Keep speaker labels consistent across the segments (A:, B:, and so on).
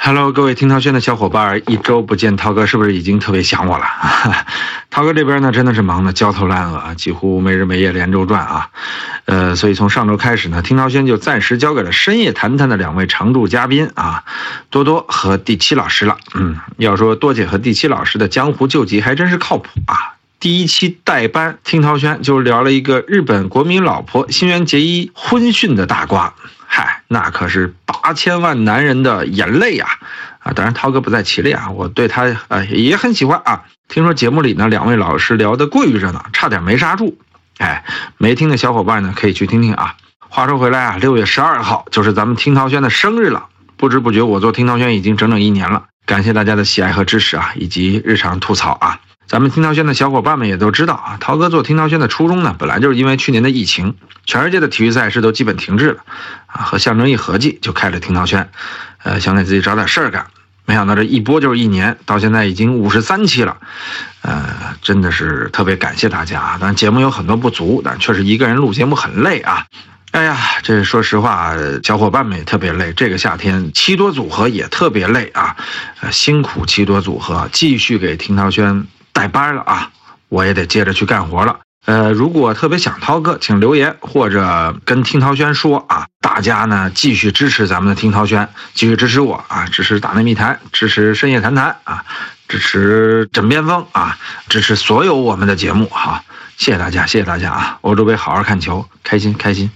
A: Hello，各位听涛轩的小伙伴，一周不见，涛哥是不是已经特别想我了？ 涛哥这边呢，真的是忙得焦头烂额，啊几乎没日没夜连轴转啊。呃，所以从上周开始呢，听涛轩就暂时交给了深夜谈谈的两位常驻嘉宾啊，多多和第七老师了。嗯，要说多姐和第七老师的江湖救急还真是靠谱啊。第一期代班听涛轩就聊了一个日本国民老婆新垣结衣婚讯的大瓜，嗨，那可是八千万男人的眼泪呀、啊！啊，当然涛哥不在其列啊，我对他呃也很喜欢啊。听说节目里呢，两位老师聊得过于热闹，差点没刹住。哎，没听的小伙伴呢，可以去听听啊。话说回来啊，六月十二号就是咱们听涛轩的生日了。不知不觉，我做听涛轩已经整整一年了，感谢大家的喜爱和支持啊，以及日常吐槽啊。咱们听涛轩的小伙伴们也都知道啊，涛哥做听涛轩的初衷呢，本来就是因为去年的疫情，全世界的体育赛事都基本停滞了，啊，和象征一合计就开了听涛轩，呃，想给自己找点事儿干，没想到这一播就是一年，到现在已经五十三期了，呃，真的是特别感谢大家啊，当然节目有很多不足，但确实一个人录节目很累啊。哎呀，这说实话，小伙伴们也特别累。这个夏天，七多组合也特别累啊，呃，辛苦七多组合，继续给听涛轩带班了啊，我也得接着去干活了。呃，如果特别想涛哥，请留言或者跟听涛轩说啊。大家呢继续支持咱们的听涛轩，继续支持我啊，支持打内密谈，支持深夜谈谈啊，支持枕边风啊，支持所有我们的节目哈、啊。谢谢大家，谢谢大家啊！欧洲杯好好看球，开心开心。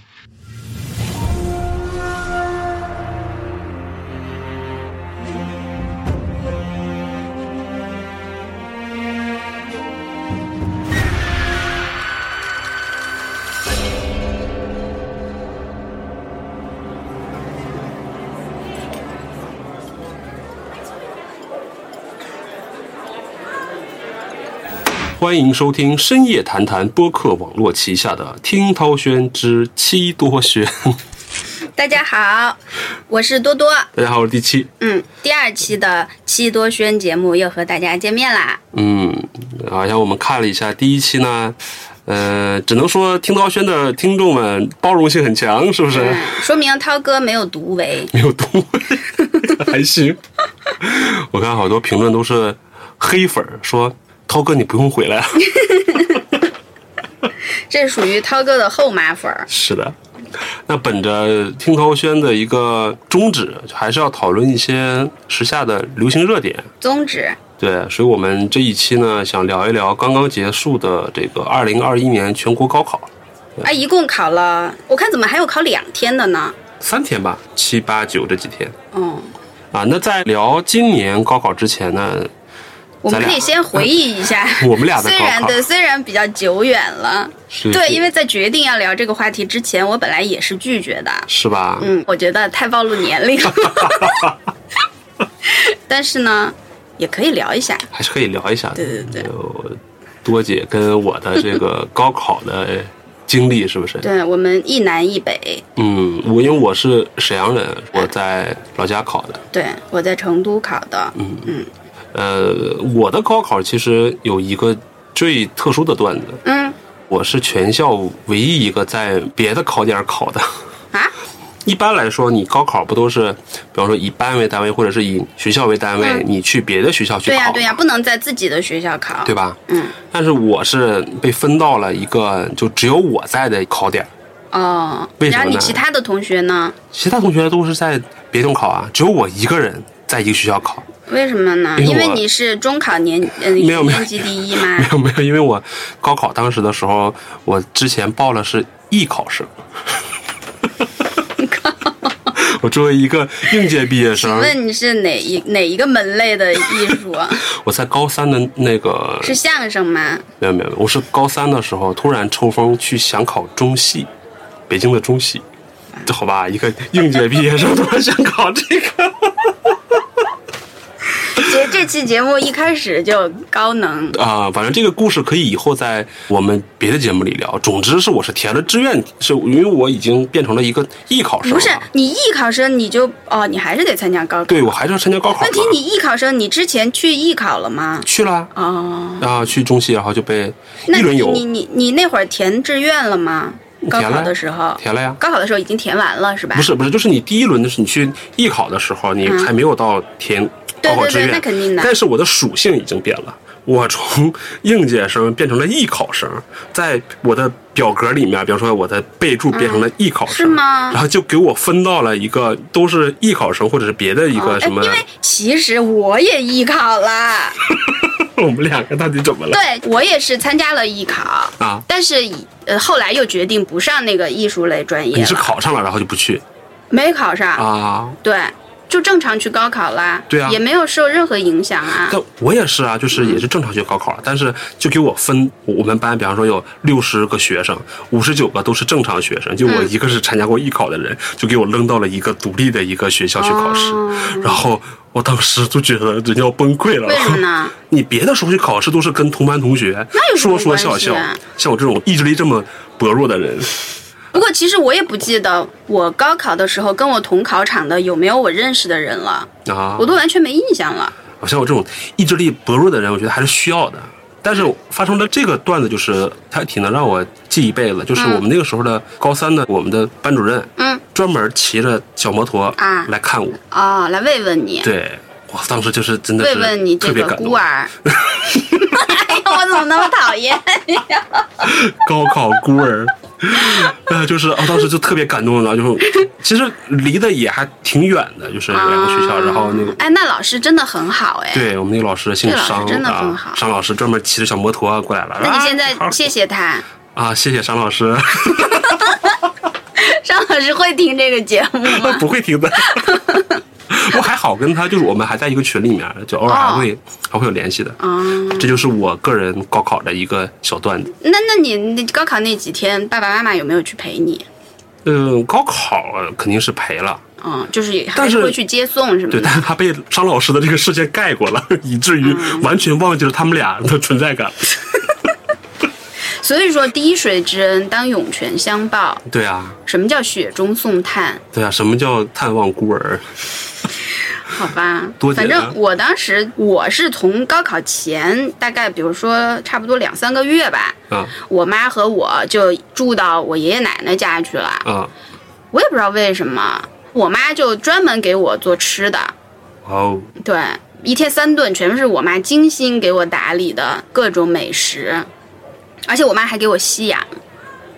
B: 欢迎收听深夜谈谈播客网络旗下的《听涛轩之七多轩》。
C: 大家好，我是多多。
B: 大家好，我是第七。
C: 嗯，第二期的七多轩节目又和大家见面啦。
B: 嗯，好像我们看了一下第一期呢，呃，只能说听涛轩的听众们包容性很强，是不是？
C: 嗯，说明涛哥没有独为。
B: 没有读， 还行。我看好多评论都是黑粉儿说。涛哥，你不用回来 了。
C: 这属于涛哥的后妈粉儿。
B: 是的，那本着听涛轩的一个宗旨，还是要讨论一些时下的流行热点。
C: 宗旨
B: 对，所以我们这一期呢，想聊一聊刚刚结束的这个二零二一年全国高考，
C: 啊，一共考了，我看怎么还有考两天的呢？
B: 三天吧，七八九这几天
C: 嗯，
B: 啊。那在聊今年高考之前呢，
C: 我们
B: 咱俩
C: 可以先回忆一下。
B: 我们俩的
C: 虽
B: 高
C: 然
B: 考
C: 对，虽然比较久远了，
B: 是
C: 对，因为在决定要聊这个话题之前，我本来也是拒绝的。
B: 是吧？
C: 嗯，我觉得太暴露年龄了。 但是呢，也可以聊一下。
B: 还是可以聊一下的。
C: 对对对
B: 呃多姐跟我的这 个高考的经历是不是？
C: 对我们一南一北，
B: 嗯，我因为我是沈阳人，我在老家考的。
C: 对我在成都考的，
B: 嗯
C: 嗯
B: 呃，我的高考其实有一个最特殊的段子，
C: 嗯
B: 我是全校唯一一个在别的考点考的。
C: 啊，
B: 一般来说，你高考不都是，比方说以班为单位，或者是以学校为单位，
C: 嗯
B: 你去别的学校去
C: 对
B: 考，
C: 呀、对呀、不能在自己的学校考，
B: 对吧？
C: 嗯，
B: 但是我是被分到了一个就只有我在的考点，
C: 哦，
B: 为什
C: 然
B: 么呢
C: 后你其他的同学呢？
B: 其他同学都是在别地方考啊，只有我一个人在一个学校考。
C: 为什么呢？
B: 因为
C: 因为
B: 我
C: 你是中考年，嗯、
B: 没有没有
C: 年级第一吗
B: 没？有没有，因为我高考当时的时候，我之前报了是艺考生。 我作为一个应届毕业
C: 请
B: 生，
C: 问你是哪一哪一个门类的艺 术？
B: 我在高三的那个
C: 是相声吗？
B: 没有没有，我是高三的时候突然抽风去想考中戏，北京的中戏。这好吧，一个应届毕业生突然想考这 个，
C: 这这期节目一开始就高能，
B: 啊、反正这个故事可以以后在我们别的节目里聊。总之是我是填了志愿，是因为我已经变成了一个艺考生了。
C: 不是你艺考生你就哦，你还是得参加高考。
B: 对我还是要参加高考嘛。
C: 问题你艺考生，你之前去艺考了吗？
B: 去了啊、
C: 哦，
B: 去中戏，然后就被
C: 那
B: 一轮
C: 你
B: 游。
C: 你你你那会儿填志愿了吗？高
B: 填
C: 考
B: 了
C: 的时候，
B: 填了呀。
C: 高考的时候已经填完了是吧？
B: 不是不是，就是你第一轮的是你去艺考的时候，你
C: 嗯
B: 还没有到填
C: 对
B: 高考
C: 对
B: 志
C: 对，
B: 愿，
C: 那肯定的。
B: 但是我的属性已经变了，我从应届生变成了艺考生，在我的表格里面，比方说我的备注变成了艺考
C: 嗯是
B: 生，
C: 吗
B: 然后就给我分到了一个都是艺考生或者是别的一
C: 哦
B: 个
C: 哎
B: 什么，
C: 因为其实我也艺考了，
B: 我们两个到底怎么了
C: 对我也是参加了艺考，
B: 啊？
C: 但是以呃后来又决定不上那个艺术类专业
B: 你是
C: 了，
B: 考上了，然后就不去
C: 没考上，
B: 啊？
C: 对，就正常去高考啦，
B: 对啊
C: 也没有受任何影响啊。
B: 但我也是啊，就是也是正常去高考了，啊但是就给我分，我们班比方说有六十个学生，五十九个都是正常学生，就我
C: 嗯
B: 一个是参加过艺考的人，就给我扔到了一个独立的一个学校去考试，
C: 哦
B: 然后我当时就觉得人家要崩溃了。
C: 为什么呢？
B: 你别的时候去考试都是跟同班同学
C: 那有什么
B: 说说笑笑
C: 关系啊，
B: 像我这种意志力这么薄弱的人，
C: 不过其实我也不记得我高考的时候跟我同考场的有没有我认识的人了，
B: 啊
C: 我，都完全没印象了。
B: 像我这种意志力薄弱的人，我觉得还是需要的。但是发生了这个段子，就是他挺能让我记一辈子。就是我们那个时候的高三的，我们的班主任
C: 嗯，
B: 专门骑着小摩托
C: 啊
B: 来看我。
C: 哦，来慰问你，
B: 对，我当时就是真的
C: 慰
B: 是
C: 问你
B: 特
C: 这
B: 别
C: 个
B: 感
C: 孤
B: 动。
C: 儿。哎呀，我怎么那么讨厌？
B: 高考孤儿， 呃，就是我、当时就特别感动了， 就是其实离得也还挺远的，就是两个学校，
C: 啊
B: 然后那个。
C: 哎，那老师真的很好哎。
B: 对我们那个老师姓
C: 这老师
B: 商
C: 真的很
B: 啊
C: 好，
B: 商老师专门骑着小摩托过来了。
C: 那你现
B: 啊好
C: 在谢谢他，
B: 啊，谢谢商老师，
C: 张老师会听这个节目 吗？
B: 不会听的。我还好跟他，就是我们还在一个群里面，就偶尔
C: 哦
B: 还会、还会有联系的。
C: 啊、
B: 这就是我个人高考的一个小段子。
C: 那那你你高考那几天，爸爸妈妈有没有去陪你？
B: 嗯，高考肯定是赔了，
C: 嗯，就是还
B: 但是
C: 会去接送什么
B: 对，
C: 的
B: 但。是他被商老师的这个事件盖过了， 以至于
C: 嗯
B: 完全忘记了他们俩的存在感。
C: 所以说，滴水之恩当涌泉相报。
B: 对啊，
C: 什么叫雪中送炭？
B: 对啊，什么叫探望孤儿？
C: 好吧，
B: 多简
C: 反
B: 单
C: 正我当时我是从高考前大概，比如说差不多两三个月吧，
B: 啊
C: 我妈和我就住到我爷爷奶奶家去了。
B: 啊，
C: 我也不知道为什么，我妈就专门给我做吃的，
B: 哦，
C: 对，一天三顿全是我妈精心给我打理的各种美食，而且我妈还给我吸氧，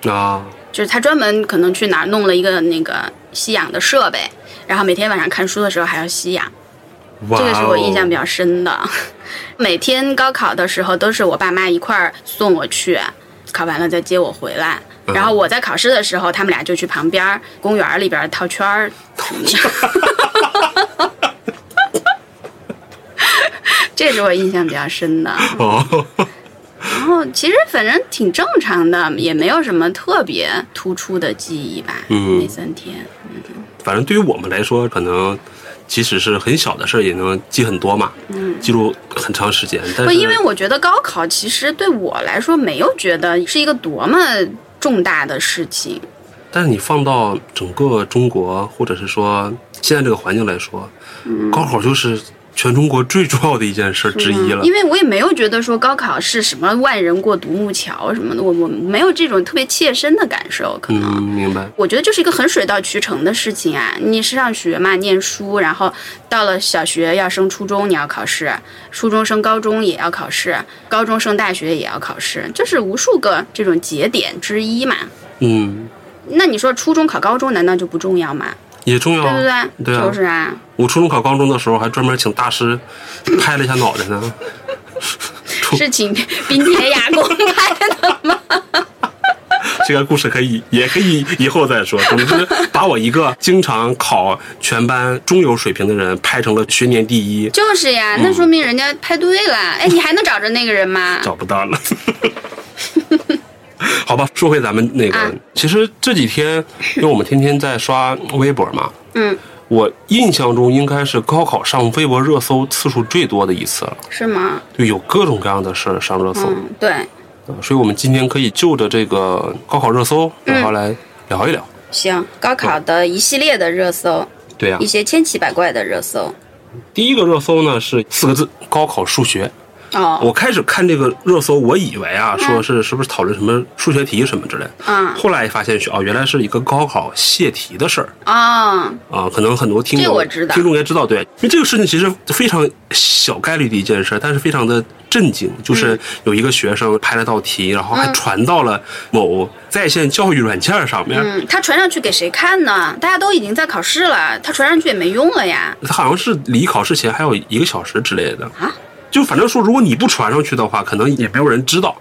B: 啊，
C: 就是她专门可能去哪儿弄了一个那个吸氧的设备，然后每天晚上看书的时候还要吸氧，
B: 哇、哦，
C: 这个是我印象比较深的。 每天高考的时候都是我爸妈一块儿送我去，考完了再接我回来。
B: 嗯
C: 然后我在考试的时候，他们俩就去旁边儿公园儿里边儿套圈儿。 这是我印象比较深的。
B: 哦，
C: 然后其实反正挺正常的，也没有什么特别突出的记忆吧。
B: 嗯
C: 那三天，
B: 反正对于我们来说，可能即使是很小的事儿，也能记很多嘛，嗯，记录很长时间。但
C: 不，
B: 是
C: 因为我觉得高考其实对我来说没有觉得是一个多么重大的事情。
B: 但是你放到整个中国，或者是说现在这个环境来说，
C: 嗯
B: 高考就是全中国最重要的一件事之一了
C: 嗯因。为我也没有觉得说高考是什么万人过独木桥什么的，我我没有这种特别切身的感受，可能。
B: 嗯，明白。
C: 我觉得就是一个很水到渠成的事情啊！你是上学嘛，念书，然后到了小学要升初中，你要考试；初中升高中也要考试，高中升大学也要考试，这是无数个这种节点之一嘛。
B: 嗯，
C: 那你说初中考高中难道就不重要吗？
B: 也重要。
C: 对不对？
B: 对啊
C: 就是啊，
B: 我初中考高中的时候，还专门请大师拍了一下脑袋呢。
C: 是请 冰铁雅公开的 吗？
B: 这个故事可以，也可以以后再说。总之，把我一个经常考全班中游水平的人拍成了学年第一，
C: 就是呀，
B: 嗯
C: 那说明人家拍对了。哎，你还能找着那个人吗？
B: 找不到了。 好吧，说回咱们那个，
C: 啊
B: 其实这几天，因为我们天天在刷微博嘛，
C: 嗯，
B: 我印象中应该是高考上微博热搜次数最多的一次了，
C: 是吗？
B: 就有各种各样的事儿上热搜、
C: 嗯，对，
B: 呃所以我们今天可以就着这个高考热搜，
C: 嗯
B: 然后来聊一聊。
C: 行，高考的一系列的热搜，
B: 对呀、
C: 一些千奇百怪的热搜。
B: 第一个热搜呢是四个字：高考数学。
C: 哦，
B: 我开始看这个热搜，我以为啊，说是是不是讨论什么数学题什么之类的，
C: 嗯
B: 后来发现是哦，原来是一个高考泄题的事儿
C: 哦，
B: 啊，可能很多听
C: 这
B: 友
C: 我知道
B: 听众也知道，对，因为这个事情其实非常小概率的一件事，但是非常的震惊，
C: 嗯
B: 就是有一个学生拍了道题，然后还传到了某在线教育软件上面，
C: 嗯，他传上去给谁看呢？大家都已经在考试了，他传上去也没用了呀。
B: 他好像是离考试前还有一个小时之类的
C: 啊。
B: 就反正说，如果你不传上去的话，可能也没有人知道，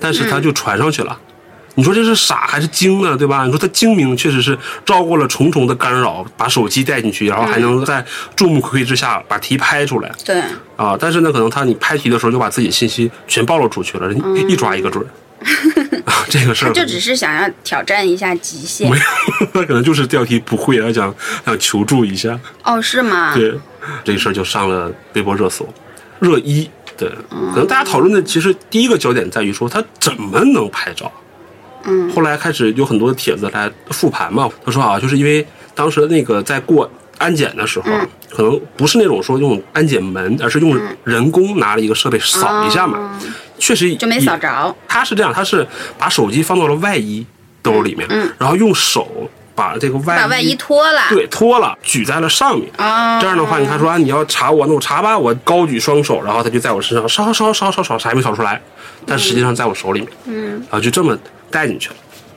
B: 但是他
C: 嗯
B: 就传上去了。你说这是傻还是精啊呢？对吧？你说他精明，确实是绕过了重重的干扰，把手机带进去，然后还
C: 嗯
B: 能在众目睽睽之下把题拍出来
C: 对，
B: 啊！但是呢，可能他你拍题的时候就把自己信息全暴露出去了，人一抓一个 准儿。啊这个事
C: 嗯他
B: 儿
C: 就只是想要挑战一下极限。
B: 他可能就是这道题不会，他想想求助一下。
C: 哦，是吗？
B: 对，这个事儿就上了微博热搜，热议。对，
C: 嗯
B: 可能大家讨论的其实第一个焦点在于说他怎么能拍照。
C: 嗯，
B: 后来开始有很多帖子来复盘嘛，他说啊，就是因为当时那个在过安检的时候，
C: 嗯
B: 可能不是那种说用安检门，而是用人工拿了一个设备扫一下嘛，
C: 哦
B: 确实
C: 就没
B: 也
C: 扫着。
B: 他是这样，他是把手机放到了外衣兜里面，然后用手把这个外
C: 嗯把外衣脱了。
B: 对脱了举在了上面，
C: 啊，
B: 这样的话，你看说啊，你要查我，那我查吧，我高举双手，然后他就在我身上烧烧烧烧烧，啥也没烧出来，但实际上在我手里面，嗯，然后就这么带进去了，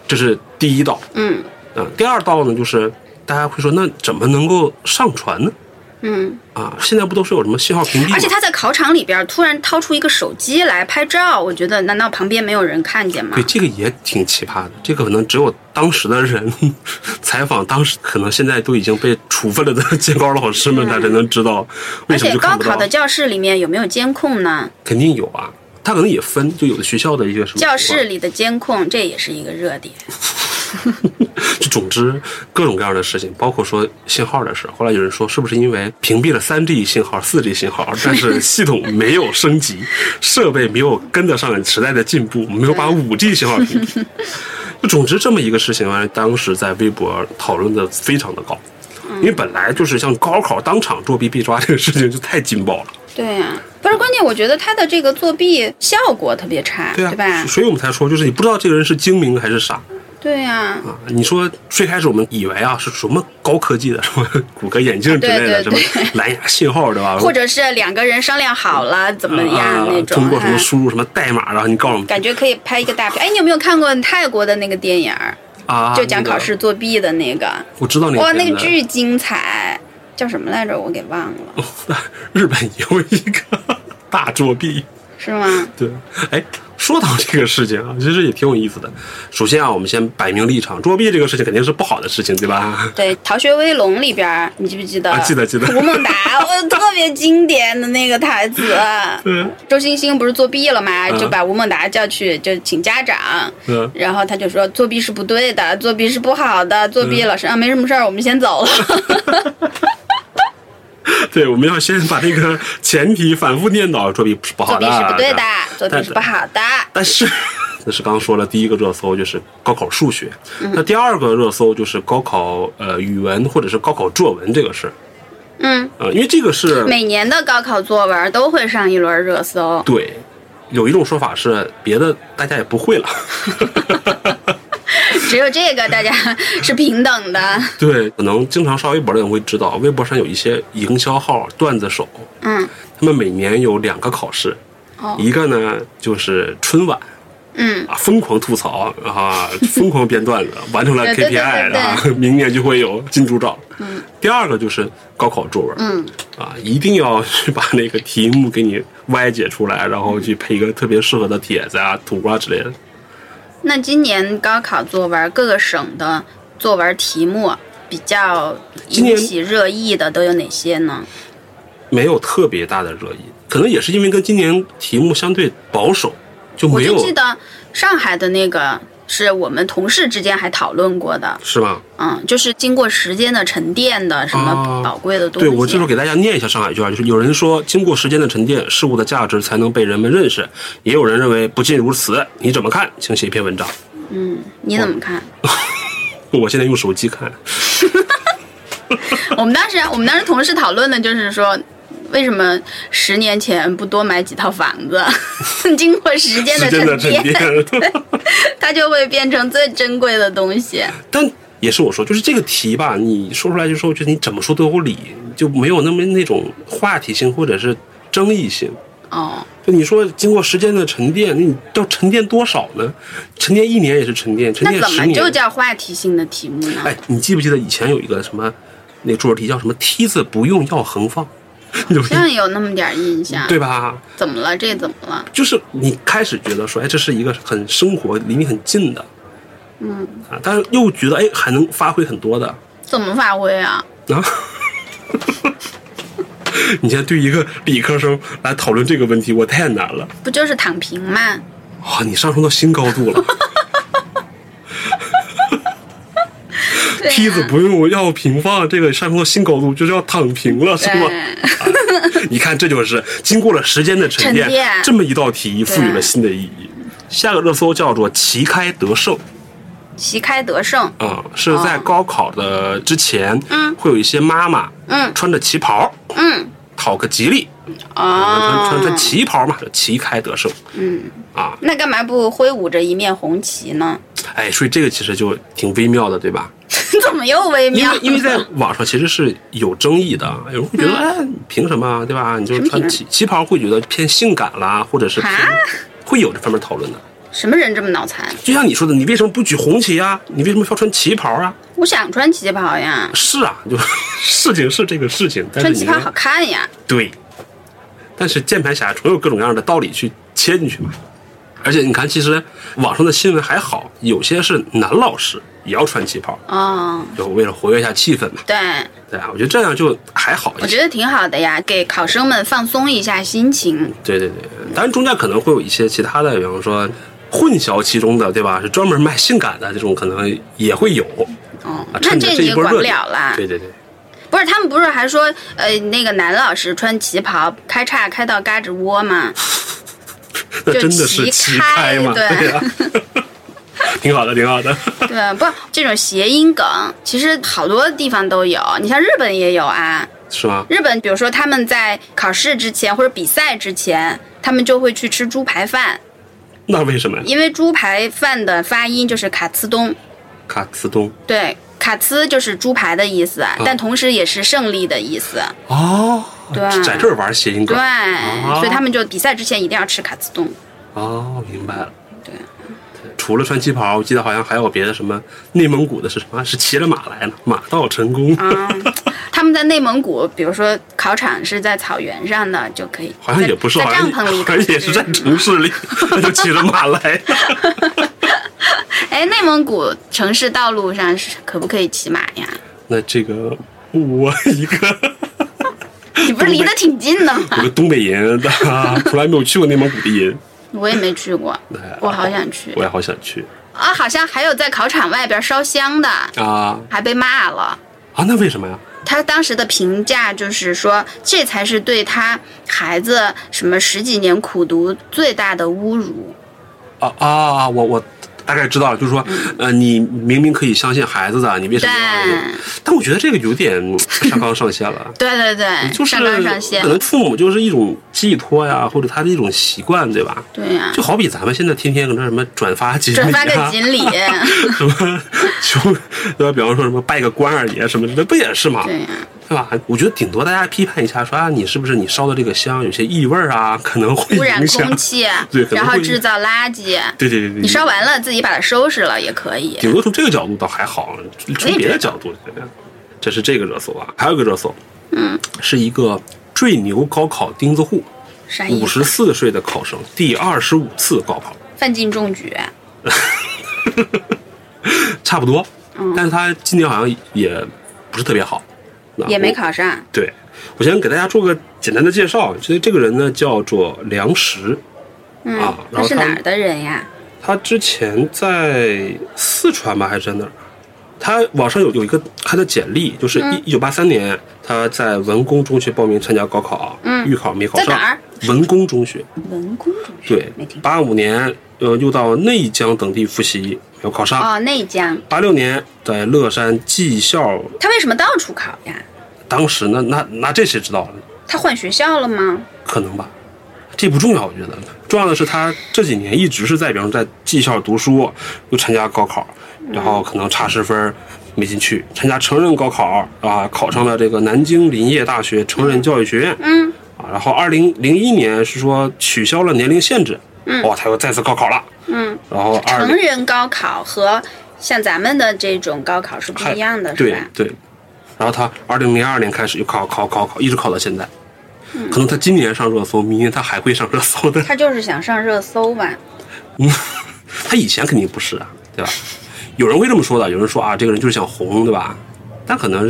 B: 这是第一道，
C: 嗯
B: 嗯，第二道呢就是大家会说，那怎么能够上传呢？
C: 嗯，
B: 啊，现在不都是有什么信号屏蔽吗？
C: 而且他在考场里边突然掏出一个手机来拍照，我觉得难道旁边没有人看见吗
B: 对，？这个也挺奇葩的，这个可能只有当时的人 采访当时，可能现在都已经被处分了的 监考老师们，他才能知道为
C: 嗯而
B: 什么
C: 且
B: 就看
C: 高
B: 不到
C: 考。的教室里面有没有监控呢？
B: 肯定有啊，他可能也分，就有的学校的一些什么
C: 教室里的监控，这也是一个热点。
B: 就总之各种各样的事情，包括说信号的事。后来有人说，是不是因为屏蔽了 3G 信号、4G 信号，但是系统没有升级，设备没有跟得上时代的进步，没有 把 5G 信号屏蔽。就总之这么一个事情啊，当时在微博讨论的非常的高，因为本来就是像高考当场作弊被抓这个事情就太劲爆了。
C: 对呀、不是关键，我觉得他的这个作弊效果特别差，
B: 对啊，
C: 吧？
B: 所以我们才说，就是你不知道这个人是精明还是傻。
C: 对呀、
B: 啊，你说最开始我们以为啊是什么高科技的，什么 谷歌眼镜之类的，
C: 对对
B: 什么蓝牙信号对吧？
C: 或者是两个人商量好了怎么样、
B: 啊
C: 那种，
B: 通过什么
C: 啊
B: 输入什么代码，然后你告诉我们
C: 感觉可以拍一个大片。哎，你有没有看过泰国的那个电影儿？
B: 啊，
C: 就讲考试
B: 那个
C: 作弊的那个，
B: 我知道那
C: 哇，那
B: 片
C: 个
B: 子
C: 巨精彩，叫什么来着？我给忘了，
B: 日本有一个 大作弊。
C: 是吗？
B: 对，哎，说到这个事情啊，其实也挺有意思的。首先啊，我们先摆明立场，作弊这个事情肯定是不好的事情，对吧？
C: 对，《逃学威龙》里边儿，你记不记得？
B: 啊记得记得
C: 吴 孟达，我特别经典的那个台词。
B: 嗯
C: 周星星不是作弊了吗？
B: 嗯
C: 就把吴孟达叫去，就请家长。
B: 嗯，
C: 然后他就说作弊是不对的，作弊是不好的，作
B: 嗯
C: 弊老师、啊没什么事儿，我们先走了。
B: 对，我们要先把这个前提反复念叨，作弊是不好
C: 作弊
B: 的，啊
C: 是不对的
B: 吧，
C: 作弊是不好的。
B: 但是， 那是刚刚说了第一个热搜就是高考数学，那第二个热搜就是高考呃语文或者是高考作文这个事儿，
C: 嗯，
B: 呃，因为这个是
C: 每年的高考作文都会上一轮热搜。
B: 对，有一种说法是别的大家也不会了，
C: 只有这个大家 是平等的。
B: 对，可能经常刷微博的人会知道，微博上有一些营销号段子手，
C: 嗯
B: 他们每年有两个考试，
C: 哦
B: 一个呢就是春晚。
C: 嗯，
B: 啊，疯狂吐槽啊，疯狂编 段子，完成了
C: 对对对
B: KPI 啊， 明年就会有金主找。嗯，第二个就是高考作文，
C: 嗯，
B: 啊，一定要去把那个题目给你歪解出来，然后去配一个特别适合的帖子啊、图啊之类的。
C: 那今年高考作文各个省的作文题目比较
B: 今年
C: 引起热议的都有哪些呢？
B: 没有特别大的热议，可能也是因为跟今年题目相对保守，就
C: 我
B: 没
C: 就
B: 有
C: 记得上海的那个是我们同事之间还讨论过的，
B: 是吧？
C: 嗯，就是经过时间的沉淀的什么
B: 啊
C: 宝贵的东西。
B: 对我这时候给大家念一下上海句啊，就是有人说，经过时间的沉淀，事物的价值才能被人们认识；也有人认为不尽如此。你怎么看？请写一篇文章。
C: 嗯，你怎么看？
B: 我现在用手机看，
C: 啊我们当时我们当时同事讨论的就是说，为什么十年前不多买几套房子？ 经过时间的
B: 时间的
C: 沉
B: 沉
C: 淀，
B: 淀。
C: 它就会变成最珍贵的东西。
B: 但也是我说，就是这个题吧，你说出来就说，我觉得你怎么说都有理，就没有那么那种话题性或者是争议性。
C: 哦，
B: 就你说经过时间的沉淀，那你要沉淀多少呢？沉淀一年也是沉淀，沉
C: 那
B: 淀
C: 怎
B: 十
C: 么就
B: 年。
C: 叫话题性的题目呢？
B: 哎，你记不记得以前有一个什么那个作文题叫什么“梯子不用要横放”， 有
C: 好像有那么点印象。
B: 对吧？
C: 怎么了？这怎么了？
B: 就是你开始觉得说，哎，这是一个很生活离你很近的
C: 嗯，
B: 啊，但是又觉得哎还能发挥很多的
C: 怎么发挥啊？
B: 啊。 你现在对一个理科生来讨论这个问题，我太难了
C: 不就是躺平吗？
B: 啊！你上升到新高度了，
C: 啊对 啊
B: 梯子不用要平放，这个上升到新高度就是要躺平了，是吗？
C: 对，
B: 你看，这就是经过了时间的沉淀，
C: 沉淀
B: 这么一道题赋予
C: 对
B: 了新的意义。下个热搜叫做“旗开得胜”，
C: 旗开得胜。
B: 啊、是在
C: 哦
B: 高考的之前，
C: 嗯
B: 会有一些妈妈
C: 嗯
B: 穿着旗袍
C: 嗯，
B: 讨个吉利，穿
C: 哦，
B: 穿穿旗袍嘛，旗开得胜
C: 嗯，
B: 啊！
C: 那干嘛不挥舞着一面红旗呢？
B: 哎，所以这个其实就挺微妙的，对吧？
C: 怎么又微
B: 因
C: 妙
B: 为？因为在网上其实是有争议的，有人会觉得，哎，凭什么，对吧？你就
C: 什么
B: 穿
C: 嗯凭
B: 旗旗袍会觉得偏性感啦，或者是偏
C: 啊
B: 会有这方面讨论的。
C: 什么人这么脑残？
B: 就像你说的，你为什么不举红旗啊？你为什么要穿旗袍啊？
C: 我想穿旗袍呀，
B: 是啊，就 事情是这个事情，但是
C: 穿
B: 你
C: 旗袍
B: 呢
C: 好看呀。
B: 对，但是键盘侠总有各种各样的道理去切进去嘛。而且你看，其实网上的新闻还好，有些是男老师也要穿旗袍，
C: 哦，
B: 就为了活跃一下气氛嘛，
C: 对，
B: 对啊，我觉得这样就还好
C: 我
B: 一些。
C: 觉得挺好的呀，给考生们放松一下心情。
B: 对对对，当然中间可能会有一些其他的，比方说混淆其中的，对吧？是专门卖性感的这种，可能也会有。
C: 哦，
B: 啊，
C: 那
B: 趁着
C: 你
B: 一
C: 也
B: 波
C: 管
B: 热
C: 不
B: 点
C: 了啦。
B: 对对对，
C: 不是，他们不是还说，呃，那个男老师穿旗袍开叉开到胳肢窝吗？
B: 那
C: 就
B: 真的是
C: 旗
B: 旗
C: 开
B: 开嘛？
C: 对
B: 对呀、啊 挺好的，挺好的。
C: 对，啊不，这种谐音梗其实好多地方都有，你像日本也有啊。
B: 是吗？
C: 日本比如说他们在考试之前或者比赛之前，他们就会去吃猪排饭，
B: 那为什么呀？
C: 因为猪排饭的发音就是卡呲东，
B: 卡茨东
C: 对，卡呲就是猪排的意思，但同时也是胜利的意思，
B: 哦，
C: 对
B: 在这儿玩谐音梗
C: 对，所以他们就比赛之前一定要吃卡呲东。
B: 哦，明白了。
C: 对
B: 除了穿旗袍，我记得好像还有别的什么内蒙古的是什么？是骑着马来呢，马到成功，
C: 啊，他们在内蒙古，比如说考场是在草原上的，就可以
B: 好像也不是，
C: 在
B: 好像
C: 帐篷里
B: 好
C: 可以
B: 像
C: 吃，
B: 也是在城市 里，那就骑着马来。
C: 哎，内蒙古城市道路上是可不可以骑马 呀？
B: 那这个我一 个
C: 你不是离得挺 近的吗？
B: 我个东北人的，从来没有去过内蒙古的人，
C: 我也没去过，
B: 哎
C: 我好想去
B: 我也好想去
C: 啊！好像还有在考场外边烧香的，
B: 啊
C: 还被骂了。
B: 啊！那为什么呀？
C: 他当时的评价就是说，这才是对他孩子什么十几年苦读最大的侮辱。
B: 啊啊！我我大概知道了，就是说，呃，你明明可以相信孩子的，你为什
C: 嗯对
B: 么要？但我觉得这个有点嗯上纲上线 了。
C: 对对对，
B: 就是呃
C: 上纲上线
B: 可。能父母就是一种寄托呀，或者他的一种习惯，对吧？
C: 对呀、
B: 就好比咱们现在天天搁那什么转发 锦鲤
C: 转
B: 啊，
C: 发个锦 鲤，
B: 什 么求，对吧？比方说什么拜个关二爷什么的，不也是吗？
C: 对呀、
B: 对吧？我觉得顶多大家批判一下，说啊，你是不是你烧的这个香有些异味儿啊，可能会
C: 污染
B: 影响
C: 空。气
B: 对可，能
C: 然后
B: 会嗯
C: 制造垃圾。
B: 对对对对，
C: 你烧完了自己把它收拾了也可以。
B: 顶多从这个角度倒还好，从别的角度，这是这个热搜啊，还有一个热搜，
C: 嗯，
B: 是一个坠牛高考钉子户，
C: 啥意
B: 五十？
C: 思
B: 四岁的考生第二十五次高考，
C: 范进中举，
B: 啊差不多
C: 嗯，
B: 但是他今年好像也不是特别好，那
C: 也没
B: 我。啊
C: 考上。
B: 对，我先给大家做个简单的介绍，其实这个人呢叫做梁实，
C: 嗯，
B: 啊然
C: 他
B: 后
C: 是
B: 他
C: 哪儿的人呀？
B: 他之前在四川吧，还是在哪儿？他网上有有一个他的简历，就是
C: 嗯
B: 一一九八三年他在文工中学报名参加高考，
C: 嗯
B: 预考没考
C: 在
B: 上
C: 哪儿。
B: 文工中学，
C: 文工中学，
B: 对
C: 没听，过。
B: 八五年呃又到内江等地复习，没有考上。
C: 哦，内江，
B: 八六年在乐山技校，
C: 他为什么到处考呀？
B: 当时呢，那那这谁知道？
C: 他换学校了吗？
B: 可能吧，这不重要，我觉得重要的是他这几年一直是在，比方说在技校读书，又参加高考，然后可能差十分儿没进去，参加成人高考啊，考上了这个南京林业大学成人教育学院，
C: 嗯
B: 啊，然后二零零一年是说取消了年龄限制，
C: 嗯
B: 哇，他又再次高考了，
C: 嗯，
B: 然后二
C: 成人高考和像咱们的这种高考是不一样的，是
B: 对
C: 吧？
B: 对，然后他二零零二年开始又考考考考，一直考到现在。可能他今年上热搜，明年他还会上热搜的。
C: 嗯他就是想上热搜吧？
B: 嗯 他以前肯定不是啊，对吧？有人会这么说的，有人说啊，这个人就是想红，对吧？但可能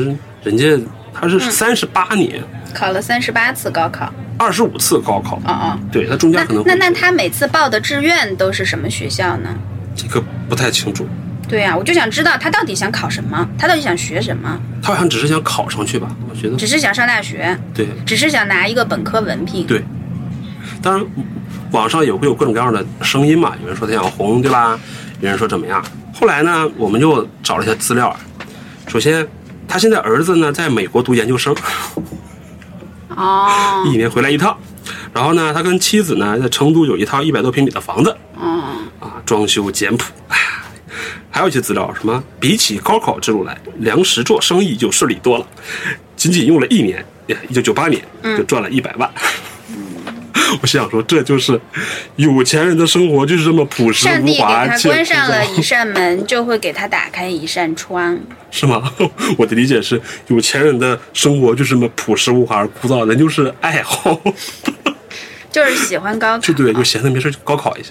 B: 人家他
C: 嗯
B: 是三十八年，
C: 考了三十八次高考，
B: 二十五次高考，
C: 哦哦，
B: 对他中
C: 那
B: 间可能会
C: 那那他每次报的志愿都是什么学校呢？
B: 这个不太清楚，
C: 对呀、我就想知道他到底想考什么，他到底想学什么？
B: 他好像只是想考上去吧？我觉得
C: 只是想上大学，
B: 对
C: 只是想拿一个本科文凭。
B: 对。当然，网上也会有各种各样的声音嘛，有人说他想红，对吧？有人说怎么样？后来呢，我们就找了一下资料啊。首先，他现在儿子呢在美国读研究生，
C: 哦
B: 一年回来一趟。然后呢，他跟妻子呢在成都有一套一百多平米的房子
C: 哦，
B: 啊，装修简朴。唉还有一些资料，什么比起高考制度来，粮食做生意就顺利多了。仅仅用了一年，一九九八年
C: 嗯
B: 就赚了一百万。 我心想说，这就是有钱人的生活，就是这么朴实
C: 上
B: 无
C: 帝给
B: 华
C: 他
B: 且
C: 关上了
B: 枯燥
C: 一扇门，就会给他打开一扇窗。
B: 是吗？ 我的理解是，有钱人的生活就是这么朴实无华而枯燥，人就是爱好。
C: 就是喜欢高考，
B: 就对，就闲着没事儿就高考一下。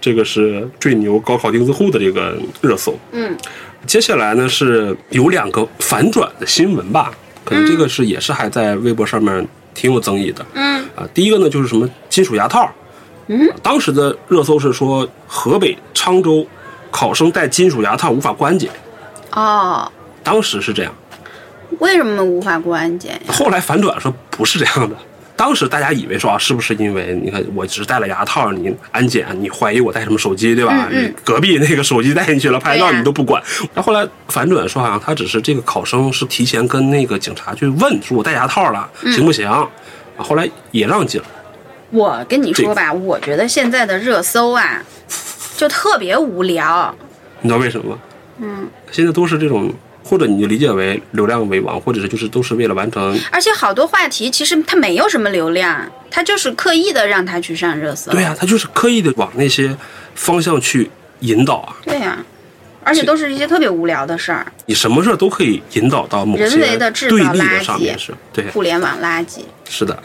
B: 这个是最牛高考钉子户的这个热搜。
C: 嗯，
B: 接下来呢是有两个反转的新闻吧，可能这个是也是还在微博上面挺有争议的。
C: 嗯
B: 啊，第一个呢就是什么金属牙套，啊
C: 嗯，
B: 当时的热搜是说河北沧州考生戴金属牙套无法过安检，
C: 哦，
B: 当时是这样，
C: 为什么无法过安检呀？
B: 后来反转说不是这样的。当时大家以为说啊，是不是因为你看我只是戴了牙套，你安检你怀疑我带什么手机对吧？
C: 嗯嗯
B: 你隔壁那个手机带进去了，拍照
C: 对呀
B: 你都不管。那、后来反转说好啊像他只是这个考生是提前跟那个警察去问，说我戴牙套了、
C: 嗯
B: 行不行？啊，后来也让进了。
C: 我跟你
B: 这
C: 说
B: 个
C: 吧，我觉得现在的热搜啊，就特别无聊。
B: 你知道为什么吗？
C: 嗯，
B: 现在都是这种，或者你就理解为流量为王，或者是就是都是为了完成。
C: 而且好多话题其实它没有什么流量，它就是刻意的让它去上热搜。
B: 对啊呀、他就是刻意的往那些方向去引导啊。
C: 对呀、而且都是一些特别无聊的事儿，
B: 你什么事儿都可以引导到某些
C: 人为地制造
B: 对立的
C: 垃
B: 上
C: 圾
B: 面是，对，
C: 互联网垃圾。
B: 是的。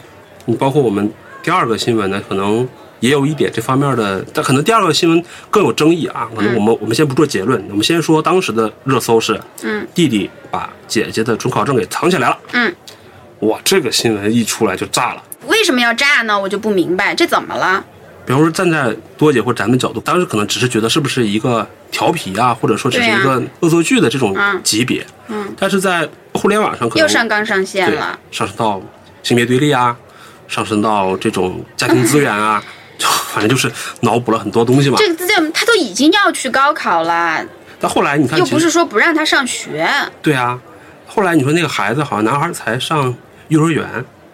B: 你包括我们第二个新闻呢，可能也有一点这方面的，但可能第二个新闻更有争议啊。可能我们、我们先不做结论，我们先说当时的热搜是，
C: 嗯，
B: 弟弟把姐姐的准考证给藏起来了。
C: 嗯，
B: 哇，这个新闻一出来就炸了。
C: 为什么要炸呢？我就不明白，这怎么了？
B: 比方说站在多姐或咱们角度，当时可能只是觉得是不是一个调皮啊，或者说只是一个恶作剧的这种
C: 嗯
B: 级别，
C: 嗯
B: 但是在互联网上可能
C: 又上纲上线
B: 对
C: 了。
B: 上升到性别对立啊，上升到这种家庭资源啊，就反正就是脑补了很多东西嘛。
C: 这个这他都已经要去高考了，
B: 但后来你看，
C: 又
B: 其
C: 不是
B: 实
C: 说不让他上学。
B: 对啊，后来你说那个孩子好像男孩才上幼儿园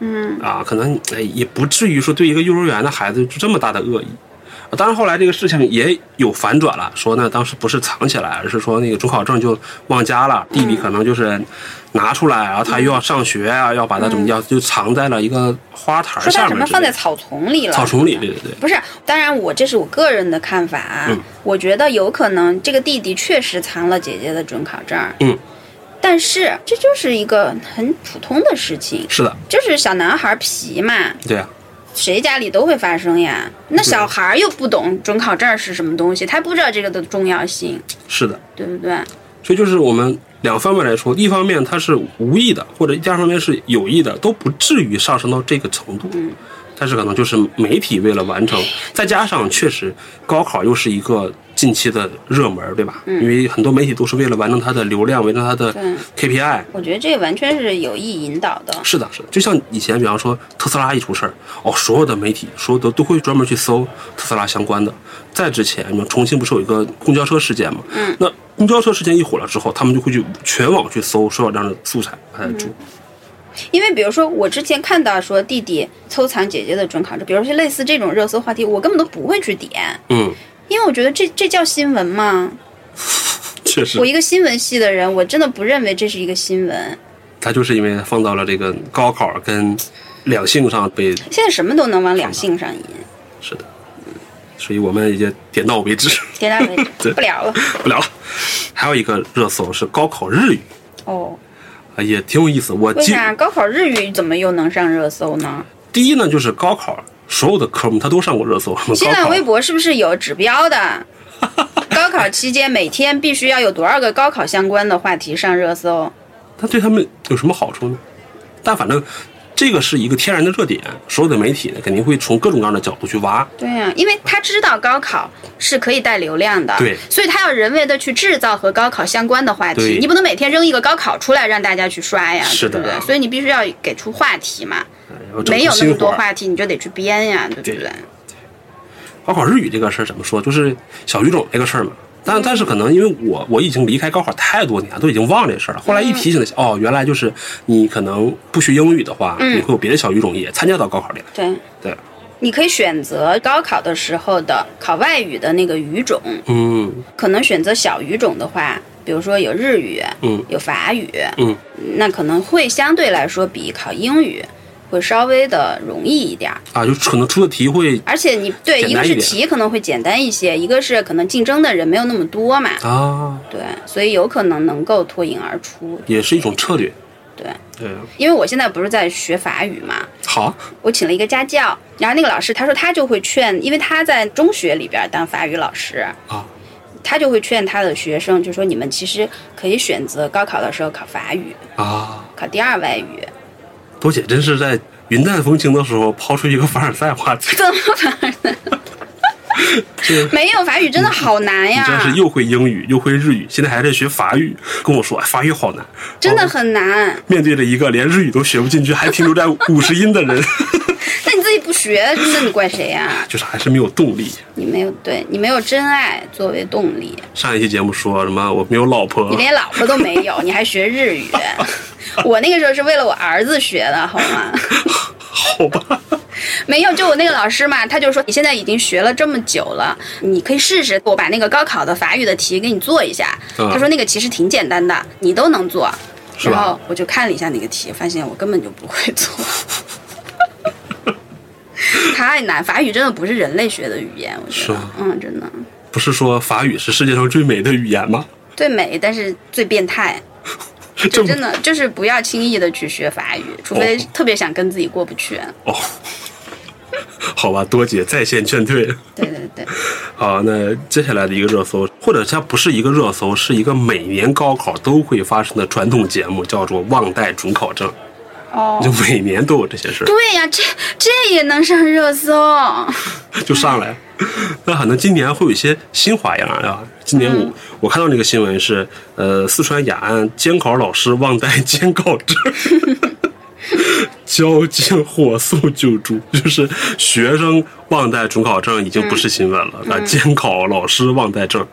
C: 嗯，
B: 啊，可能哎也不至于说对一个幼儿园的孩子就这么大的恶意。啊当然，后来这个事情也有反转了，说呢，当时不是藏起来，而是说那个准考证就忘家了，弟
C: 嗯
B: 弟可能就是拿出来，然后他又要上学啊，要把它怎么样，就藏在了一个花坛
C: 嗯说
B: 下
C: 他
B: 面之类的，
C: 什么放在草丛里了？
B: 草丛里，对对对。
C: 不是，当然我这是我个人的看法啊，
B: 嗯
C: 我觉得有可能这个弟弟确实藏了姐姐的准考证，
B: 嗯，
C: 但是这就是一个很普通的事情，
B: 是的，
C: 就是小男孩皮嘛，
B: 对啊，
C: 谁家里都会发生呀。那小孩儿又不懂准考证是什么东西，他不知道这个的重要性，
B: 是的。
C: 对不对？
B: 所以就是我们两方面来说，一方面它是无意的，或者第二方面是有意的，都不至于上升到这个程度。嗯，但是可能就是媒体为了完成，再加上确实高考又是一个近期的热门儿，对吧？因为很多媒体都是为了完成它的流量，完成它的
C: 对
B: KPI。
C: 我觉得这完全是有意引导的，
B: 是的，是的，就像以前，比方说特斯拉一出事儿，哦，所有的媒体，所有的都会专门去搜特斯拉相关的。在之前，你们重庆不是有一个公交车事件吗？嗯，那公交车事件一火了之后，他们就会去全网去搜所有这样的素材来住。
C: 因为比如说，我之前看到说弟弟偷藏姐姐的准考证，比如说类似这种热搜话题，我根本都不会去点，
B: 嗯，
C: 因为我觉得这这叫新闻吗？
B: 确实
C: 我，一个新闻系的人，我真的不认为这是一个新闻。
B: 他就是因为放到了这个高考跟两性上被
C: 现在什么都能往两性上引，
B: 是的，所以我们也点到为止，
C: 点到为止，
B: 对
C: 不聊了。
B: 不聊了。还有一个热搜是高考日语
C: 哦，
B: 啊，也挺有意思。我
C: 为
B: 记
C: 啥高考日语怎么又能上热搜呢？
B: 第一呢，就是高考所有的科目它都上过热 搜，什么
C: 新
B: 高
C: 浪
B: 考
C: 微博是不是有指标 的？高考期间每天必须要有多少个高考相关的话题上热搜？
B: 那对他们有什么好处呢？但反正这个是一个天然的热点，所有的媒体呢肯定会从各种各样的角度去挖。
C: 对呀、因为他知道高考是可以带流量的，
B: 对
C: 所以他要人为的去制造和高考相关的话题
B: 对。
C: 你不能每天扔一个高考出来让大家去刷呀，
B: 是的
C: 对不对？所以你必须要给出话题嘛，
B: 然后整
C: 没有那
B: 新
C: 么多
B: 活儿
C: 话题你就得去编呀，对不对？
B: 对高考日语这个事儿怎么说？就是小语种这个事儿嘛。但但是可能因为我我已经离开高考太多年了，都已经忘了这
C: 嗯
B: 事儿了。后来一提醒了，哦，原来就是你可能不学英语的话，
C: 嗯
B: 你会有别的小语种也参加到高考里来。
C: 对，
B: 对，
C: 你可以选择高考的时候的考外语的那个语种，
B: 嗯
C: 可能选择小语种的话，比如说有日语，
B: 嗯
C: 有法语，
B: 嗯，
C: 那可能会相对来说比考英语会稍微的容易一点儿。
B: 啊，就可能出的题会
C: 而且你对
B: 简
C: 一
B: 单
C: 个
B: 一
C: 是
B: 点
C: 题可能会简单一些，一个是可能竞争的人没有那么多嘛，
B: 啊，
C: 对，所以有可能能够脱颖而出。
B: 也是一种策略。
C: 对
B: 对，
C: 因为我现在不是在学法语嘛，
B: 好，
C: 我请了一个家教，然后那个老师他说他就会劝，因为他在中学里边当法语老师
B: 啊，
C: 他就会劝他的学生，就说你们其实可以选择高考的时候考法语，
B: 啊，
C: 考第二外语。
B: 多姐真是在云淡风轻的时候抛出一个凡尔赛话题，
C: 怎么法语？ 没有法语真的好难
B: 你
C: 哎呀，
B: 真是又会英语又会日语，现在还在学法语，跟我说、哎、法语好难。
C: 真的
B: 哦
C: 很难。
B: 面对着一个连日语都学不进去，还停留在五十音的人，
C: 那你自己不学，那你怪谁呀、
B: 就是还是没有动力。
C: 你没有对你没有真爱作为动力，
B: 上一期节目说什么我没有老婆
C: 你，连老婆都没有，你还学 日语？我那个时候是为了我儿子学的，好吗？
B: 好吧？
C: 没有，就我那个老师嘛，他就说你现在已经学了这么久了，你可以试试，我把那个高考的法语的题给你做一下。
B: 嗯
C: 他说那个其实挺简单的，你都能做。
B: 是吧
C: 然后我就看了一下那个题，发现我根本就不会做。 太难，法语真的不是人类学的语言，我觉
B: 是
C: 得
B: 吗，
C: 嗯，真的
B: 不是说法语是世界上最美的语言吗？
C: 最美，但是最变态。
B: 这
C: 就
B: 么
C: 真的就是不要轻易的去学法语，除非特别想跟自己过不去。
B: 哦，好吧，多姐在线劝退。
C: 对对对，
B: 好，啊那接下来的一个热搜，或者它不是一个热搜，是一个每年高考都会发生的传统节目，叫做忘带准考证，
C: 哦，
B: 就每年都有这些事儿，
C: 对呀、这这也能上热搜？
B: 就上来。那可能今年会有一些新花样啊！今年我、我看到那个新闻是，呃，四川雅安监考老师忘带监考证， 交警火速救助，就是学生忘带准考证已经不是新闻了，那、监考老师忘带证。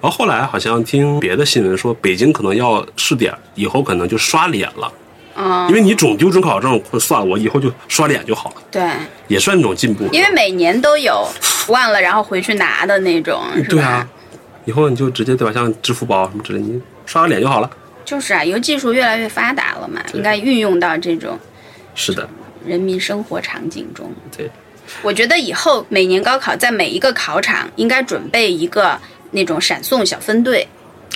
B: 然后后来好像听别的新闻说，北京可能要试点，以后可能就刷脸了，
C: 嗯，
B: 因为你总丢准考证，或算了，我以后就刷脸就好了，
C: 对，
B: 也算一种进步。
C: 因为每年都有忘了然后回去拿的那种， 是吧？
B: 对啊，以后你就直接对吧？像支付宝什么之类，你刷个脸就好了。
C: 就是啊，因为技术越来越发达了嘛，应该运用到这种
B: 是的，
C: 人民生活场景中。
B: 对，
C: 我觉得以后每年高考在每一个考场应该准备一个那种闪送小分队，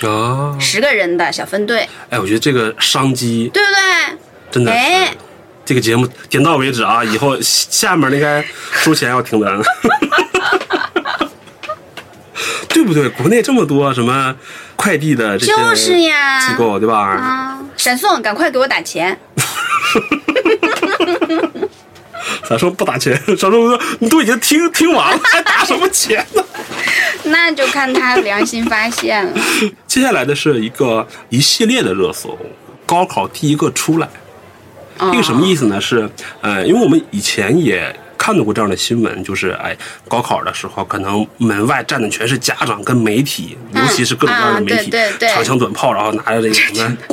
B: 啊，
C: 十个人的小分队，
B: 哎，我觉得这个商机
C: 对不对？
B: 真的
C: 哎
B: 是。这个节目点到为止啊，以后下面应该收钱要听 咱的，对不对？国内这么多什么快递的这些
C: 就是呀
B: 机构，对吧？
C: 啊，闪送，赶快给我打钱！
B: 咱说不打钱，小周说你都已经听听完了， 还打什么钱呢？
C: 那就看他良心发 现了。
B: 接下来的是一个一系列的热搜，高考第一个出来，
C: 这
B: 这个什
C: 哦
B: 么意思
C: 啊
B: 呢？是呃，因为我们以前也看到过这样的新闻，就是哎，高考的时候可能门外站的全是家长跟媒体，尤其是各种各样的媒体，
C: 嗯啊对对对
B: 长枪短炮，然后拿着这个什么。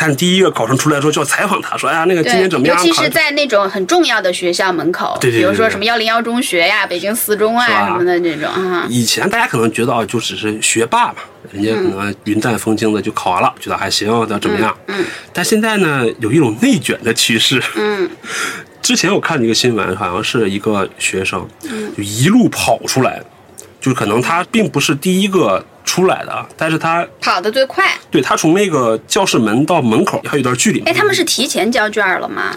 B: 看第一个考生出来之后就要采访他，说哎呀那个今
C: 对
B: 年怎，么
C: 尤
B: 样？
C: 其
B: 考
C: 是在那种很重要的学校门口，
B: 对对对
C: 比如说
B: 对
C: 什么幺零幺中学呀、北京四中啊
B: 是吧
C: 什么的这种啊。
B: 以前大家可能觉得啊，就只是学霸嘛，人家可能云淡风轻的就考完了，觉得还行，怎怎么样？
C: 嗯
B: 但现在呢，有一种内卷的趋势。
C: 嗯
B: 之前我看一个新闻，好像是一个学生，
C: 嗯
B: 就一路跑出来，就是可能他并不是第一个出来的，啊，但是他
C: 跑得最快。
B: 对他从那个教室门到门口还有一段距离，
C: 哎，他们是提前交卷了吗？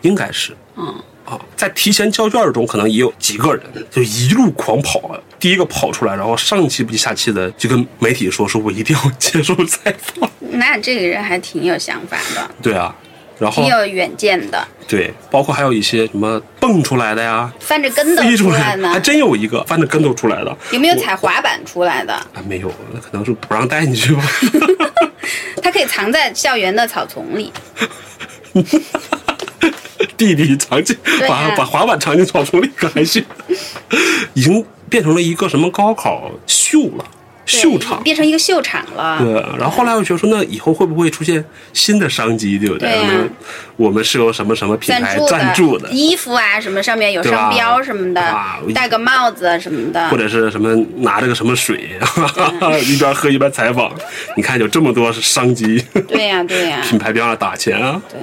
B: 应该是
C: 嗯，
B: 啊，在提前交卷中，可能也有几个人就一路狂跑啊，第一个跑出来，然后上气不接下气的就跟媒体说，说我一定要接受采访。
C: 那这个人还挺有想法的，
B: 对啊，然后
C: 挺有远见的，
B: 对，包括还有一些什么蹦出来的呀，
C: 翻着跟斗
B: 飞出
C: 来
B: 来的，还
C: 呢。
B: 真有一个翻着跟头出来的。
C: 有没有
B: 哦我
C: 踩滑板出来的？
B: 啊，没有，那可能是不让带进去吧。
C: 他可以藏在校园的草丛里。
B: 弟弟藏进
C: 对啊
B: 把、
C: 呀
B: 把滑板藏进草丛里，可还行， 已经变成了一个什么高考秀了，
C: 对
B: 秀场。
C: 变成一个秀场了。
B: 对，然后后来我觉得说，那以后会不会出现新的商机，对不对？
C: 对呀
B: 嗯我们是由什么什么品
C: 赞
B: 牌
C: 助
B: 赞助的，
C: 衣服啊，什么上面有
B: 对吧
C: 商标什么的
B: 啊，
C: 戴个帽子什么的
B: 或，者是什么拿着个什么水， 一边喝一边采访。你看有这么多商 机，
C: 对呀、对呀、
B: 品牌标上打钱啊。
C: 对，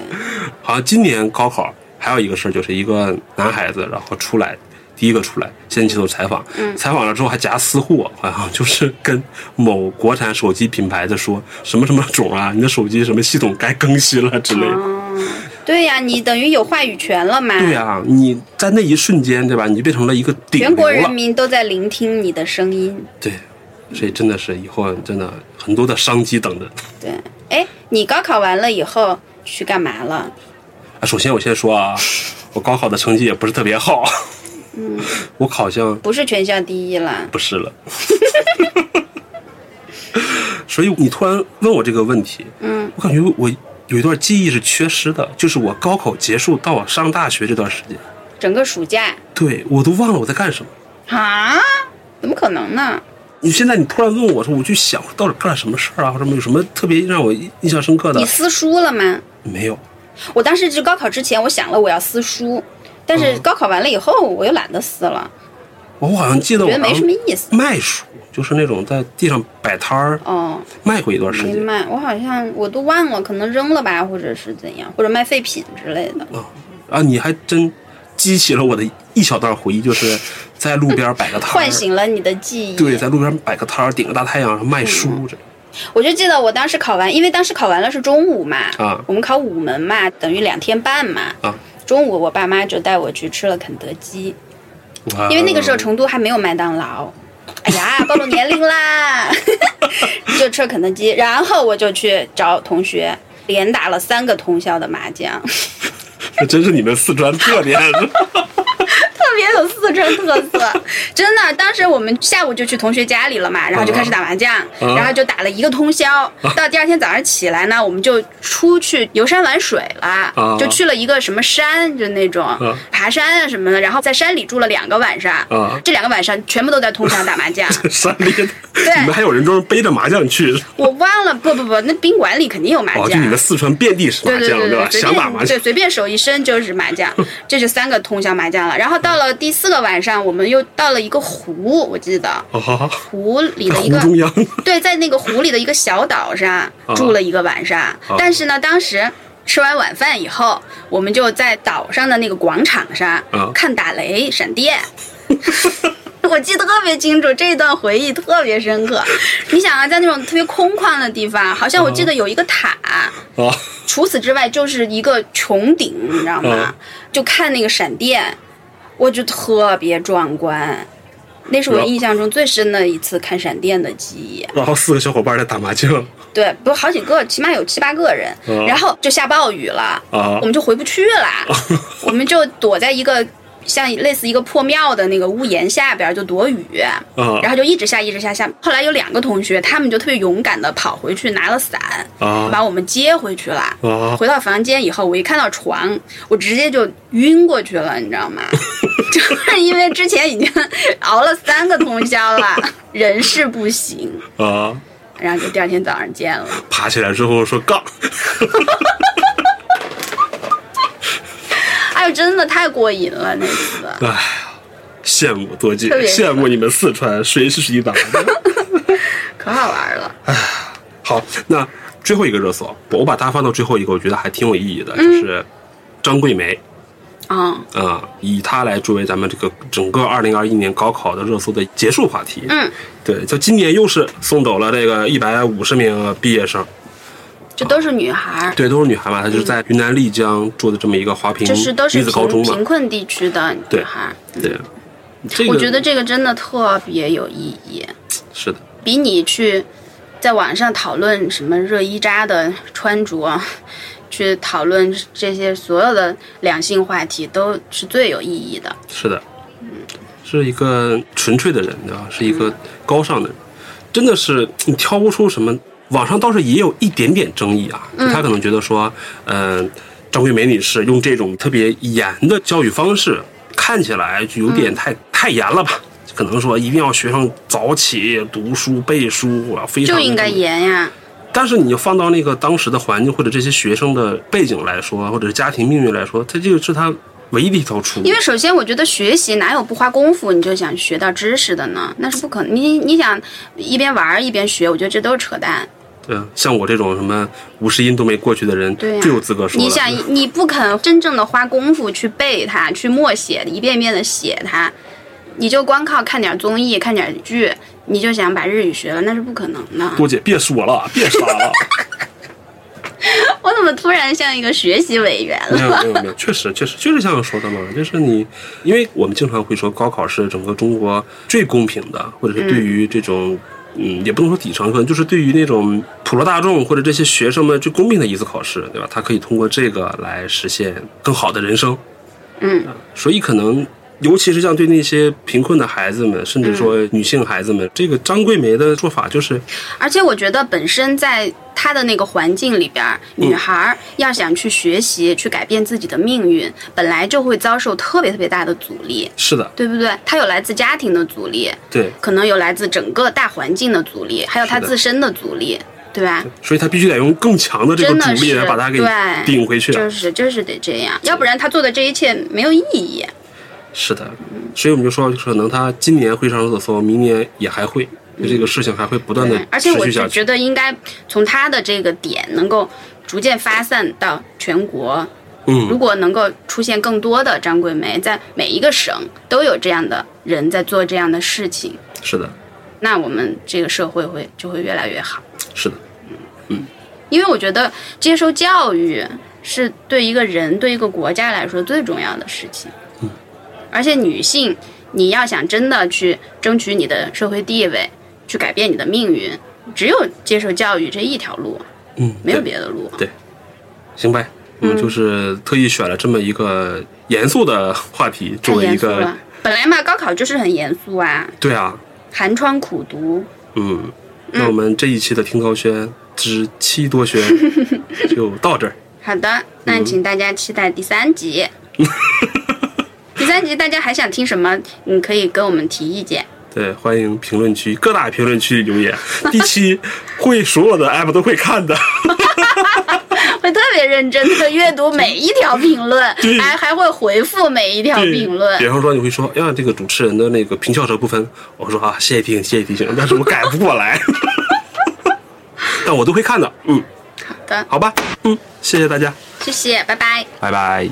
B: 好像今年高考还有一个事儿，就是一个男孩子，然后出来第一个出来，先接受采访，
C: 嗯
B: 采访了之后还夹私货，好像就是跟某国产手机品牌的说什么什么种啊，你的手机什么系统该更新了之类的。
C: 哦，对呀、你等于有话语权了嘛？
B: 对呀、啊你在那一瞬间，对吧？你就变成了一个顶
C: 全
B: 流
C: 国人
B: 了。
C: 民都在聆听你的声音。
B: 对，所以真的是以后真的很多的商机等着。
C: 对，哎，你高考完了以后去干嘛了？
B: 啊，首先我先说 啊，我高考的成绩也不是特别好，
C: 嗯
B: 我好像
C: 不是全校第一了。
B: 不是了。 所以你突然问我这个问题，
C: 嗯，
B: 我感觉我有一段记忆是缺失的，就是我高考结束到我上大学这段时间，
C: 整个暑假
B: 对我都忘了我在干什么。
C: 啊？怎么可能呢？
B: 你现在你突然问我说，我就想我到底干了什么事儿啊，或者有什么特别让我印象深刻的
C: 你？撕书了吗？
B: 没有，
C: 我当时就高考之前，我想了我要撕书，但
B: 嗯
C: 是高考完了以后，我又懒得撕了，
B: 我好像记得我
C: 觉得没什么意思。
B: 卖书，就是那种在地上摆摊儿
C: 哦，
B: 卖过一段时
C: 没
B: 间。
C: 卖，我好像我都忘了，可能扔了吧，或者是怎样，或者卖废品之类的。
B: 啊啊！你还真激起了我的一小段回忆，就是在路边摆 个摊儿，
C: 唤醒嗯了你的记忆。
B: 对，在路边摆个摊儿，顶个大太阳，然后卖书这。
C: 我就记得我当时考完，因为当时考完了是中午嘛，
B: 啊
C: 我们考五门嘛，等于两天半嘛。
B: 啊
C: 中午我爸妈就带我去吃了肯德基，
B: 哇
C: 因为那个时候成都还没有麦当劳。哎 呀，暴露年龄啦！ 就吃了肯德基，然后我就去找同学，连打了三个通宵的麻将，
B: 这真是你们四川特 点。
C: 特别有四川特 色。真的，当时我们下午就去同学家里了嘛，然后就开始打麻将，
B: 啊
C: 然后就打了一个通宵。
B: 嗯
C: 到第二天早上起来呢，我们就出去游山玩水了，
B: 啊
C: 就去了一个什么山，就那种、
B: 嗯
C: 爬山啊什么的，然后在山里住了两个晚上。
B: 啊
C: 这两个晚上全部都在通宵打麻 将。
B: 山里，你们还有人专门背着麻将去，
C: 我忘了，不不不，那宾馆里肯定有麻
B: 哦，就
C: 将。
B: 你们四川遍地是麻
C: 哎对对
B: 将，
C: 对
B: 吧？
C: 对，随
B: 想
C: 便
B: 打麻将
C: 对，随便手一伸就是麻 将，这就三个通宵麻将了。然后到了第四个晚上，我们又到了一个湖，我记得
B: 啊，
C: 湖里
B: 在
C: 的
B: 湖
C: 一个
B: 中央 啊
C: 对，在那个湖里的一个小岛上住了一个晚上，但是呢，当时。吃完晚饭以后，我们就在岛上的那个广场上、
B: 啊
C: 看打雷、闪电。 我记得特别清楚，这一段回忆特别深刻。你想啊，在那种特别空旷的地方，好像我记得有一个塔，
B: 啊，
C: 除此之外就是一个穹顶，你知道吗？
B: 嗯
C: 就看那个闪电，我就特别壮观。那是我
B: 然后
C: 印象中最深的一次看闪电的记忆。
B: 然后四个小伙伴在打麻将
C: 对，不是好几个，起码有七八个人。
B: 嗯
C: 然后就下暴雨了，
B: 啊
C: 我们就回不去了， 我们就躲在一个像类似一个破庙的那个屋檐下边儿就躲雨。
B: 啊
C: 嗯然后就一直下，一直下下。后来有两个同学，他们就特别勇敢的跑回去拿了伞，
B: 啊
C: 把我们接回去了。
B: 啊！
C: 回到房间以后，我一看到床，我直接就晕过去了，你知道吗？ 就是因为之前已经熬了三个通宵了，人事不行。
B: 啊！
C: 然后就第二天早上见了。
B: 爬起来之后说杠，
C: 哎呦，真的太过瘾了那次。
B: 哎呀，羡慕多姐，
C: 特别是
B: 羡慕你们四川水是一档。
C: 可好玩了。
B: 好，那最后一个热搜，我把它放到最后一个，我觉得还挺有意义的，就是张桂梅
C: 嗯
B: 啊、以它来作为咱们这个整个二零二一年高考的热搜的结束话题。
C: 嗯，
B: 对，就今年又是送走了这个一百五十名毕业生，
C: 这都是女孩儿，
B: 对，都是女孩嘛，她就是在云南丽江做的这么一个华坪
C: 嗯就是都是
B: 女子高
C: 贫
B: 中嘛
C: 贫，困地区的女
B: 对
C: 孩儿。
B: 对，这个
C: 我觉得这个真的特别有意义，
B: 是的，
C: 比你去在网上讨论什么热依扎的穿着，啊 去讨论这些所有的两性话题都是最有意义的。
B: 是的，是一个纯粹的人，对吧？是一
C: 嗯
B: 个高尚的人，真的是你挑不出什么。网上倒是也有一点点争议啊，
C: 嗯
B: 他可能觉得说，呃，张桂梅女士用这种特别严的教育方式，看起来就有
C: 嗯
B: 点太、太严了吧？可能说一定要学生早起读书背书，我要非常
C: 就应该严呀，
B: 但是你就放到那个当时的环境或者这些学生的背景来说，或者是家庭命运来说，他这个是他唯一的一条出路
C: 因。为首先我觉得学习哪有不花功夫你就想学到知识的呢？那是不可能。你你想一边玩儿一边学，我觉得这都是扯淡。
B: 对，啊像我这种什么五十音都没过去的人，
C: 对呀
B: 最有资格说了。
C: 你 想，你不肯真正的花功夫去背它，去默写，一遍一遍的写它，你就光靠看点综艺、看点剧，你就想把日语学了，那是不可能的。
B: 多姐别说了，别刷 了。
C: 我怎么突然像一个学习委员
B: 没有
C: 了？
B: 没有没有，确实确实就是像说的嘛，就是你，因为我们经常会说高考是整个中国最公平的，或者是对于这种。嗯，也不能说底层，可能就是对于那种普罗大众或者这些学生们最公平的一次考试，对吧？他可以通过这个来实现更好的人生。啊
C: 嗯，
B: 所以可能，尤其是像对那些贫困的孩子们，甚至说
C: 嗯
B: 女性孩子们，这个张桂梅的做法就是
C: 而且我觉得本身在她的那个环境里边儿，嗯女孩儿要想去学习、去改变自己的命运，本来就会遭受特别特别大的阻力，
B: 是的，
C: 对不对？她有来自家庭的阻力，
B: 对，
C: 可能有来自整个大环境的阻力，还有她
B: 是的
C: 自身的阻力，对吧？
B: 所以他必须得用更强的这
C: 真
B: 个
C: 的
B: 阻力
C: 是
B: 来把他给
C: 对
B: 顶回去。
C: 就是就是得这样，要不然他做的这一切没有意义。
B: 是的，所以我们就说，可能他今年会上热搜，明年也还会，就这个事情还会不断的
C: 对，嗯而且
B: 持
C: 我
B: 续
C: 就
B: 下去。
C: 觉得应该从他的这个点能够逐渐发散到全国。如
B: 嗯，
C: 果能够出现更多的张桂梅，在每一个省都有这样的人在做这样的事情，
B: 是的，
C: 那我们这个社会会就会越来越好。
B: 是的，
C: 因为我觉得接受教育是对一个人、对一个国家来说最重要的事情。而且女性，你要想真的去争取你的社会地位，去改变你的命运，只有接受教育这一条路，
B: 嗯，
C: 没有
B: 对
C: 别的嗯路。
B: 行呗。我们就是特意选了这么一个严肃的话题
C: 太
B: 作为一
C: 严肃
B: 个
C: 了，，本来嘛，高考就是很严肃啊，
B: 对啊，
C: 寒窗苦读。
B: 嗯，那我们这一期的听高轩之七多 轩就到这儿。
C: 好的，那请大家期待第 三集。第三集大家还想听什么？你可以跟我们提意见。
B: 对，欢迎评论区各大评论区留言， 第七会所有的 app 都会看的。
C: 会特别认真的阅读每一条评论，还还会回复每一条评论
B: 比。方说你会说，哎呀，这个主持人的那个平翘舌不分，我说啊，谢谢提醒，谢谢提醒，但是我改不过来， 但我都会看的，嗯，
C: 好的，
B: 好吧，嗯，谢谢大家，
C: 谢谢，拜拜。
B: 拜拜。